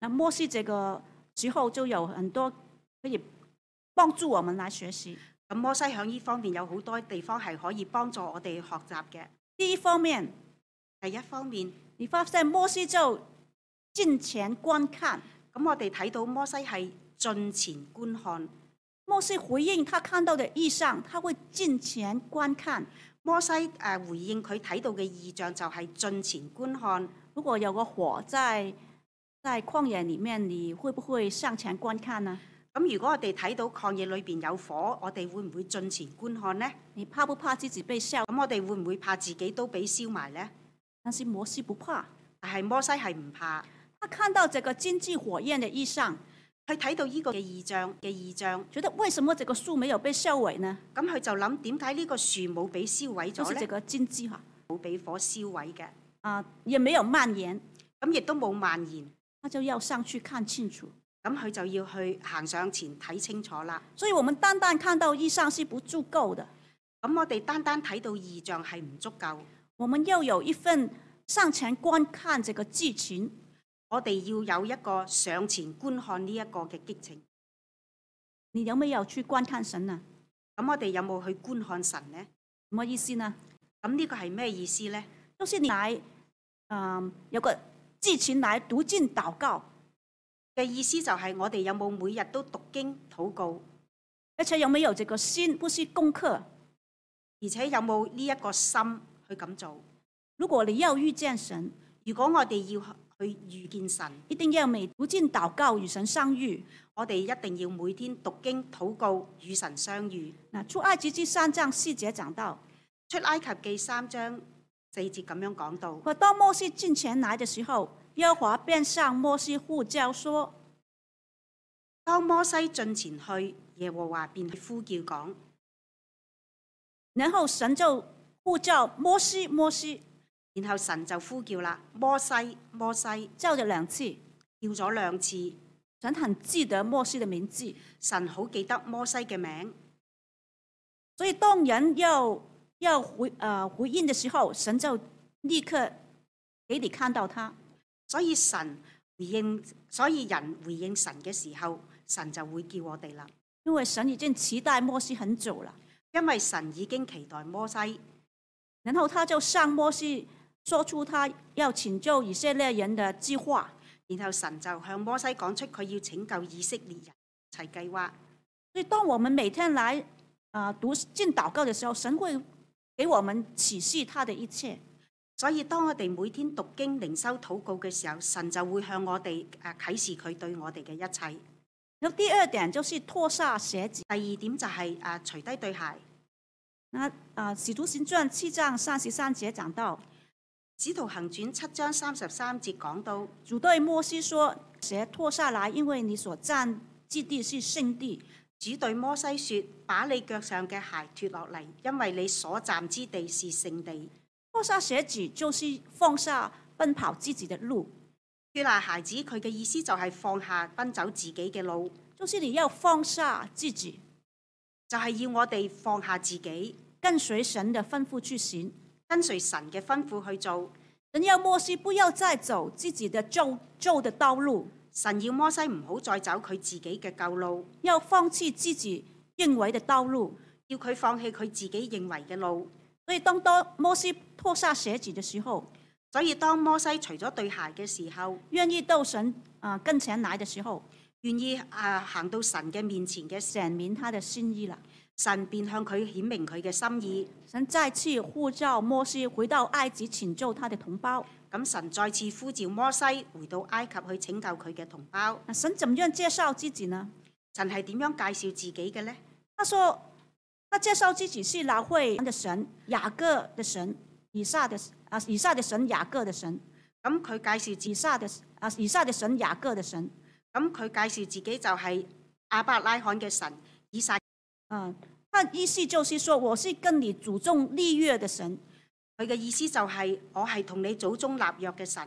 [SPEAKER 1] 那摩西这个时候就有很多可以帮助我们来学习。
[SPEAKER 2] 咁摩西喺呢方面有好多地方係可以幫助我哋學習嘅。
[SPEAKER 1] 第一方面，
[SPEAKER 2] 第一方面，
[SPEAKER 1] 你发现摩西就近前观看，
[SPEAKER 2] 咁我哋睇到摩西係進前觀看，
[SPEAKER 1] 摩西回应他看到的意象，他会近前观看。
[SPEAKER 2] 摩西誒、呃回應佢睇到嘅意象就係進前觀看。
[SPEAKER 1] 如果有个火在在旷野里面，你会不会上前观看呢？
[SPEAKER 2] 咁如果我哋睇到曠野裏邊有火，我哋會唔會進前觀看呢？
[SPEAKER 1] 你怕不怕自己被烧？
[SPEAKER 2] 咁我哋會唔會怕自己都俾燒埋呢？
[SPEAKER 1] 但是摩西不怕，
[SPEAKER 2] 但係摩西係唔怕，
[SPEAKER 1] 他看到这个经济火焰的意象，
[SPEAKER 2] 佢睇到呢個嘅意象嘅意象。
[SPEAKER 1] 觉得为什么这个树没有被烧毁呢？
[SPEAKER 2] 咁佢就諗點解呢個樹冇俾燒毀
[SPEAKER 1] 就
[SPEAKER 2] 咗
[SPEAKER 1] 是这
[SPEAKER 2] 咧？
[SPEAKER 1] 个经济哈
[SPEAKER 2] 冇俾火燒毀嘅，
[SPEAKER 1] 啊，也没有蔓延，
[SPEAKER 2] 咁亦都冇蔓延。
[SPEAKER 1] 他就要上去看清楚。
[SPEAKER 2] 咁佢就要去行上前睇清楚啦。
[SPEAKER 1] 所以我们单单看到意象是不足够的，
[SPEAKER 2] 咁我哋單單睇到異象係唔足夠，
[SPEAKER 1] 我们要有一份上前观看这个激情。
[SPEAKER 2] 我哋要有一個上前觀看呢一個嘅激情。
[SPEAKER 1] 你有没有去观看神呢？
[SPEAKER 2] 咁我哋有冇去觀看神呢？
[SPEAKER 1] 什么意思呢？
[SPEAKER 2] 咁呢個係咩意思呢？
[SPEAKER 1] 就是你来，嗯，有个激情来读经祷告，
[SPEAKER 2] 嘅意思就係我哋有冇每日都讀經禱告，
[SPEAKER 1] 而且有没有这个心，不是功课。
[SPEAKER 2] 而且有冇呢一個心去咁做？
[SPEAKER 1] 如果你要遇见神，
[SPEAKER 2] 如果我哋要去遇見神，
[SPEAKER 1] 一定要每读经祷告与神相遇。
[SPEAKER 2] 我哋一定要每天讀經禱告，與神相遇。
[SPEAKER 1] 那出埃及记三章四节讲到，
[SPEAKER 2] 出埃及記三章四節咁樣講到。
[SPEAKER 1] 可当摩西进前来的时候，耶和华便向摩西呼叫说
[SPEAKER 2] 當摩西進前去，耶和華便呼叫講，：“
[SPEAKER 1] 然后神就呼叫摩西，摩西，
[SPEAKER 2] 然後神就呼叫啦，摩西，摩西，
[SPEAKER 1] 叫了两次。
[SPEAKER 2] 叫咗兩次。
[SPEAKER 1] 神很记得摩西的名字，
[SPEAKER 2] 神好記得摩西嘅名，
[SPEAKER 1] 所以当人要要回呃回应的时候，神就立刻给你看到他。
[SPEAKER 2] 所以神回應，所以人回應神嘅時候，神就會叫我哋啦。
[SPEAKER 1] 因为神已经期待摩西很久了，
[SPEAKER 2] 因為神已經期待摩西，
[SPEAKER 1] 然后他就向摩西说出他要拯救以色列人的计划。
[SPEAKER 2] 然後神就向摩西講出佢要拯救以色列人一齊計劃。
[SPEAKER 1] 所以，当我们每天来啊、呃读进祷告的时候，神会给我们启示他的一切。
[SPEAKER 2] 所以當我哋每天讀經、靈修、禱告嘅時候，神就會向我哋誒啟示佢對我哋嘅一切。
[SPEAKER 1] 然后第二点就是脱下鞋子。
[SPEAKER 2] 第二點就係、啊除低對鞋，《
[SPEAKER 1] 那啊，《使徒行传》七章三十三节讲到，
[SPEAKER 2] 使徒行傳》七章三十三節講到。
[SPEAKER 1] 主对摩西说：“鞋脱下来，因为你所站之地是圣地。
[SPEAKER 2] 主對摩西說：把你腳上嘅鞋脱落嚟，因為你所站之地是聖地。
[SPEAKER 1] 脱下鞋子就是放下奔跑自己的路，
[SPEAKER 2] 脱下鞋子，佢嘅意思就係放下奔走自己嘅路，
[SPEAKER 1] 就是你要放下自己，
[SPEAKER 2] 就係、要我哋放下自己，
[SPEAKER 1] 跟随神的吩咐去行。
[SPEAKER 2] 跟隨神嘅吩咐去做。
[SPEAKER 1] 神要摩西不要再走自己的咒咒的道路，
[SPEAKER 2] 神要摩西唔好再走佢自己嘅舊路，
[SPEAKER 1] 要放弃自己认为的道路。
[SPEAKER 2] 要佢放棄佢自己認為嘅路。
[SPEAKER 1] 所以当多摩西脱下鞋子的时候，
[SPEAKER 2] 所以當摩西除咗對鞋嘅時候，
[SPEAKER 1] 愿意到神啊、呃跟前来的时候，
[SPEAKER 2] 願意啊行到神嘅面前嘅時候，
[SPEAKER 1] 显明他的心意了。
[SPEAKER 2] 神便向佢顯明佢嘅心意。
[SPEAKER 1] 神再次呼召摩西回到埃及拯救他的同胞。
[SPEAKER 2] 咁神再次呼召摩西回到埃及去拯救佢嘅同胞。
[SPEAKER 1] 那神怎么样介绍自己呢？
[SPEAKER 2] 神係點樣介紹自己嘅呢？
[SPEAKER 1] 他说，他介绍自己是拿会的神、雅各的神、以撒的啊以撒的神、雅各的神、
[SPEAKER 2] 咁佢介紹自
[SPEAKER 1] 以撒的啊以撒的神、雅各的神。
[SPEAKER 2] 咁佢介紹自己就係亞伯拉罕嘅神，以撒
[SPEAKER 1] 嗯，他意思就是说，我是跟你祖宗立约的神。
[SPEAKER 2] 佢嘅意思就係、我係同你祖宗立約嘅神。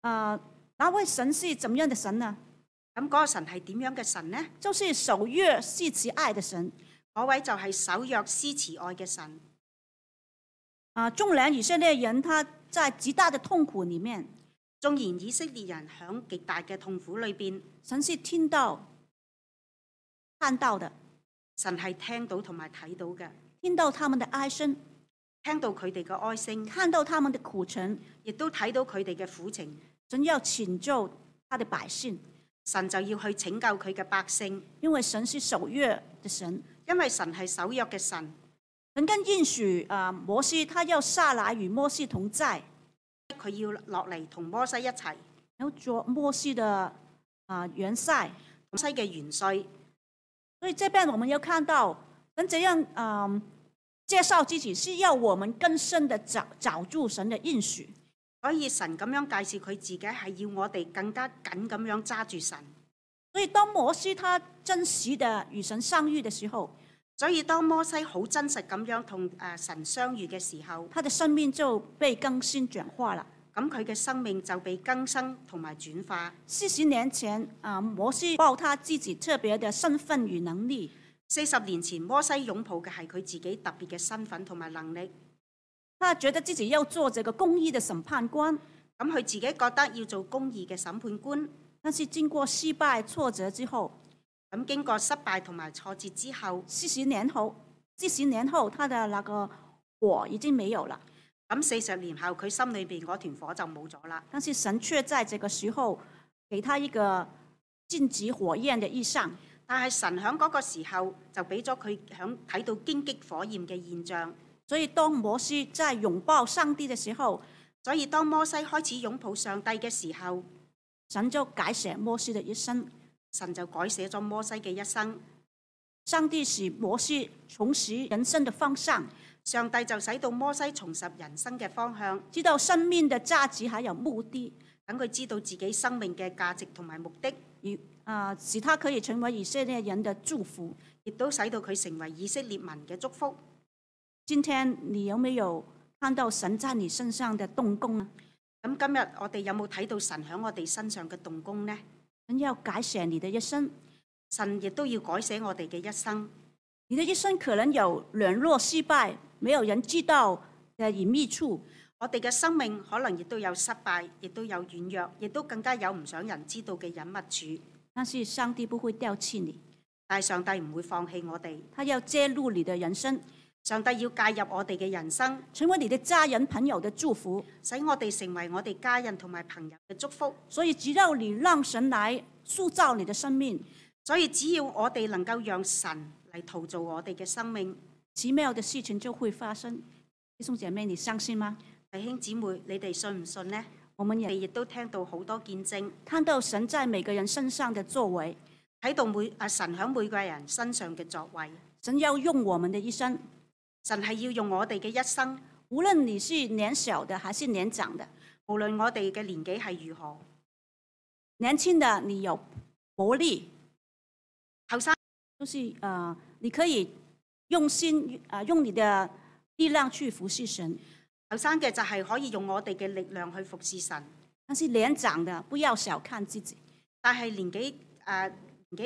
[SPEAKER 1] 啊、那位神是怎么样的神呢？
[SPEAKER 2] 咁嗰個神係點樣嘅神呢？
[SPEAKER 1] 就是守约是慈爱的神。
[SPEAKER 2] 嗰位就係守約施慈愛嘅神。
[SPEAKER 1] 啊、纵然以色列人他在极大的痛苦里面，
[SPEAKER 2] 縱然以色列人響極大嘅痛苦裏邊，
[SPEAKER 1] 神是听到、看到的，
[SPEAKER 2] 神係聽到同埋睇到嘅，
[SPEAKER 1] 听到他们的哀声，
[SPEAKER 2] 聽到佢哋嘅哀聲，
[SPEAKER 1] 看到他们的苦情，
[SPEAKER 2] 亦都睇到佢哋嘅苦情。
[SPEAKER 1] 神要拯救他的百姓，
[SPEAKER 2] 神就要去拯救佢嘅百姓，
[SPEAKER 1] 因为神是守约的神。
[SPEAKER 2] 因為神係守約嘅神。
[SPEAKER 1] 神跟应许啊、摩西，他要下来与摩西同在，
[SPEAKER 2] 佢要落嚟同摩西一齊，
[SPEAKER 1] 然后做摩西的啊、元帅。
[SPEAKER 2] 摩西嘅元帥。
[SPEAKER 1] 呃所以这边我们要看到神怎样啊、介绍自己，是要我们更深的找找住神的应许。
[SPEAKER 2] 所以神咁樣介紹佢自己係要我哋更加緊咁樣揸住神。
[SPEAKER 1] 所以当摩西他真实的与神相遇的时候，
[SPEAKER 2] 所以當摩西好真實咁樣同誒神相遇嘅時候，
[SPEAKER 1] 他的生命就被更新转化了。
[SPEAKER 2] 咁佢嘅生命就被更新同埋轉化。
[SPEAKER 1] 四十年前啊，摩西抱他自己特别的身份与能力，
[SPEAKER 2] 四十年前摩西擁抱嘅係佢自己特別嘅身份同埋能力，
[SPEAKER 1] 他觉得自己要做这个公义的审判官，
[SPEAKER 2] 咁佢自己覺得要做公義嘅審判官。
[SPEAKER 1] 但是经过失败挫折之后，
[SPEAKER 2] 咁經過失敗同埋挫折之後，
[SPEAKER 1] 四十年后，四十年后他的那个火已经没有了，
[SPEAKER 2] 咁四十年後佢心裏邊嗰團火就冇咗啦。
[SPEAKER 1] 但是神却在这个时候给他一个禁止火焰的意象，
[SPEAKER 2] 但係神喺嗰個時候就俾咗佢響睇到荊棘火焰嘅現象。
[SPEAKER 1] 所以当摩西在拥抱上帝的时候，
[SPEAKER 2] 所以當摩西開始擁抱上帝嘅時候，
[SPEAKER 1] 神就改写摩西的一生。
[SPEAKER 2] 神就改寫咗摩西嘅一生。
[SPEAKER 1] 上帝使摩西重拾人生的方向，
[SPEAKER 2] 上帝就使到摩西重拾人生嘅方向，
[SPEAKER 1] 知道生命的价值还有目的，
[SPEAKER 2] 等佢知道自己生命嘅價值同埋目的，
[SPEAKER 1] 以啊、使他可以成为以色列人的祝福。
[SPEAKER 2] 亦都使到佢成為以色列民嘅祝福。
[SPEAKER 1] 今天你有没有看到神在你身上的动工呢？
[SPEAKER 2] 咁今日我哋有冇睇到神喺我哋身上嘅動工呢？
[SPEAKER 1] 神要改写你的一生，
[SPEAKER 2] 神亦都要改寫我哋嘅一生。
[SPEAKER 1] 你的一生可能有软弱、失败，没有人知道的隐秘处。
[SPEAKER 2] 我哋嘅生命可能亦都有失敗，亦都有軟弱，亦都更加有唔想人知道嘅隱密處。
[SPEAKER 1] 但是上帝不会丢弃你，
[SPEAKER 2] 但係上帝唔會放棄我哋，
[SPEAKER 1] 他要揭露你的人生，
[SPEAKER 2] 上帝要介入我哋嘅人生，
[SPEAKER 1] 成为你的家人、朋友的祝福。
[SPEAKER 2] 使我哋成為我哋家人同埋朋友嘅祝福。
[SPEAKER 1] 所以，只要你让神来塑造你的生命，
[SPEAKER 2] 所以只要我哋能夠讓神嚟陶造我哋嘅生命，
[SPEAKER 1] 奇妙的事情就会发生。弟兄姐妹，你相信吗？
[SPEAKER 2] 弟兄姊妹，你哋信唔信呢？
[SPEAKER 1] 我们
[SPEAKER 2] 我哋
[SPEAKER 1] 也
[SPEAKER 2] 亦都聽到好多見證，
[SPEAKER 1] 看到神在每个人身上的作为，
[SPEAKER 2] 睇到每啊神喺每個人身上嘅作為。
[SPEAKER 1] 神要用我们的一生，
[SPEAKER 2] 神係要用我哋嘅一生，
[SPEAKER 1] 无论你是年小的还是年长的，
[SPEAKER 2] 無論我哋嘅年紀係如何，
[SPEAKER 1] 年轻的你有活力，
[SPEAKER 2] 後生
[SPEAKER 1] 就是呃，你可以用心啊、呃用你的力量去服侍神。
[SPEAKER 2] 後生嘅就係可以用我哋嘅力量去服侍神，
[SPEAKER 1] 但是年长的不要小看自己，
[SPEAKER 2] 但係年紀啊年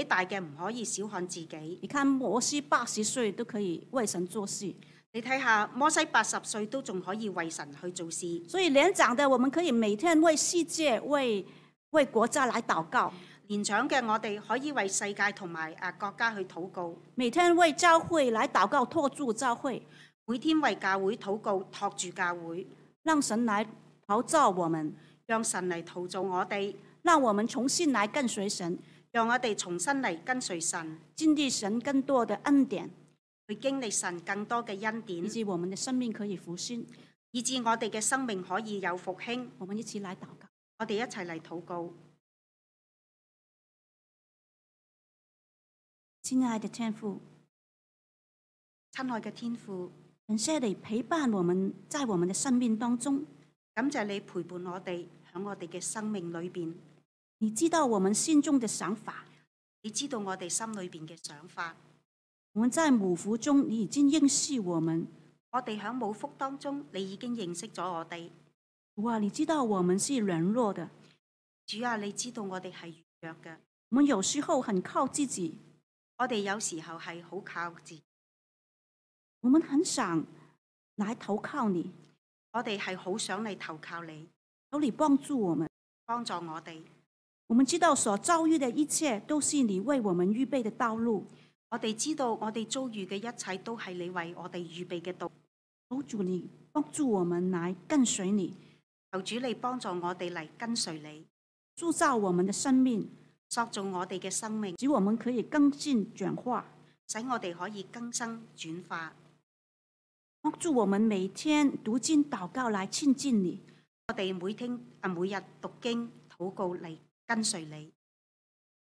[SPEAKER 2] 紀大嘅唔可以小看自己。
[SPEAKER 1] 你看摩西八十岁都可以为神做事，
[SPEAKER 2] 你睇下摩西八十歲都仲可以為神去做事，
[SPEAKER 1] 所以年长的我们可以每天为世界、为为国家来祷告，
[SPEAKER 2] 年長嘅我哋可以為世界同埋啊國家去禱告，
[SPEAKER 1] 每天为教会来祷告，托住教会，
[SPEAKER 2] 每天為教會禱告，托住教會，
[SPEAKER 1] 让神来陶造我们，
[SPEAKER 2] 讓神嚟陶造我哋，
[SPEAKER 1] 让我们重新来跟随神，
[SPEAKER 2] 讓我哋重新嚟跟隨神，
[SPEAKER 1] 经历神更多的恩典，
[SPEAKER 2] 去經歷神更多嘅恩典
[SPEAKER 1] 以。至我们的生命可以复兴。
[SPEAKER 2] 以致我哋嘅生命可以有復興。
[SPEAKER 1] 我们一起来祷告。
[SPEAKER 2] 我哋一齊嚟禱告，
[SPEAKER 1] 亲爱的天父，
[SPEAKER 2] 親愛嘅天父，
[SPEAKER 1] 感谢你陪伴我们在我们的生命当中。
[SPEAKER 2] 感謝你陪伴我哋喺我哋嘅生命裏邊。
[SPEAKER 1] 你知道我们心中的想法，
[SPEAKER 2] 你知道我哋心裏邊嘅想法，
[SPEAKER 1] 我们在母腹中，你已经认识我们。
[SPEAKER 2] 我哋喺母腹當中，你已經認識咗我哋。
[SPEAKER 1] 主啊，你知道我们是软弱的，
[SPEAKER 2] 主啊，你知道我哋係軟弱嘅，
[SPEAKER 1] 我们有时候很靠自己，
[SPEAKER 2] 我哋有時候係好靠自己，
[SPEAKER 1] 我们很想来投靠你，
[SPEAKER 2] 我哋係好想你投靠你，
[SPEAKER 1] 求你帮助我们。
[SPEAKER 2] 幫助我哋。
[SPEAKER 1] 我们知道所遭遇的一切都是你为我们预备的道路。
[SPEAKER 2] 我哋知道我哋遭遇嘅一切都係你為我哋預備嘅道。
[SPEAKER 1] 求主你帮助我们来跟随你，
[SPEAKER 2] 求主你幫助我哋嚟跟隨你，
[SPEAKER 1] 塑造我们的生命，
[SPEAKER 2] 塑造我哋嘅生命。
[SPEAKER 1] 使我们可以更进转化，
[SPEAKER 2] 使我哋可以更生轉化。
[SPEAKER 1] 帮助我们每天读经祷告来亲近你。
[SPEAKER 2] 我哋每聽啊每日讀經禱告嚟跟隨你，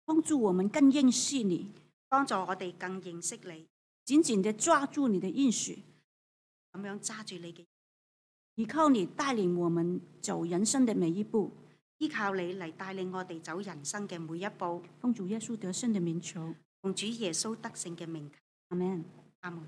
[SPEAKER 1] 帮助我们更认识你，
[SPEAKER 2] 幫助我哋更認識你，
[SPEAKER 1] 紧紧地抓住你的应许，
[SPEAKER 2] 咁樣揸住你嘅，
[SPEAKER 1] 依靠你带领我们走人生的每一步。
[SPEAKER 2] 依靠你嚟帶領我哋走人生嘅每一步。
[SPEAKER 1] 奉主耶稣得胜的名求，
[SPEAKER 2] 奉主耶穌得勝嘅名求，
[SPEAKER 1] 阿门。
[SPEAKER 2] 阿門。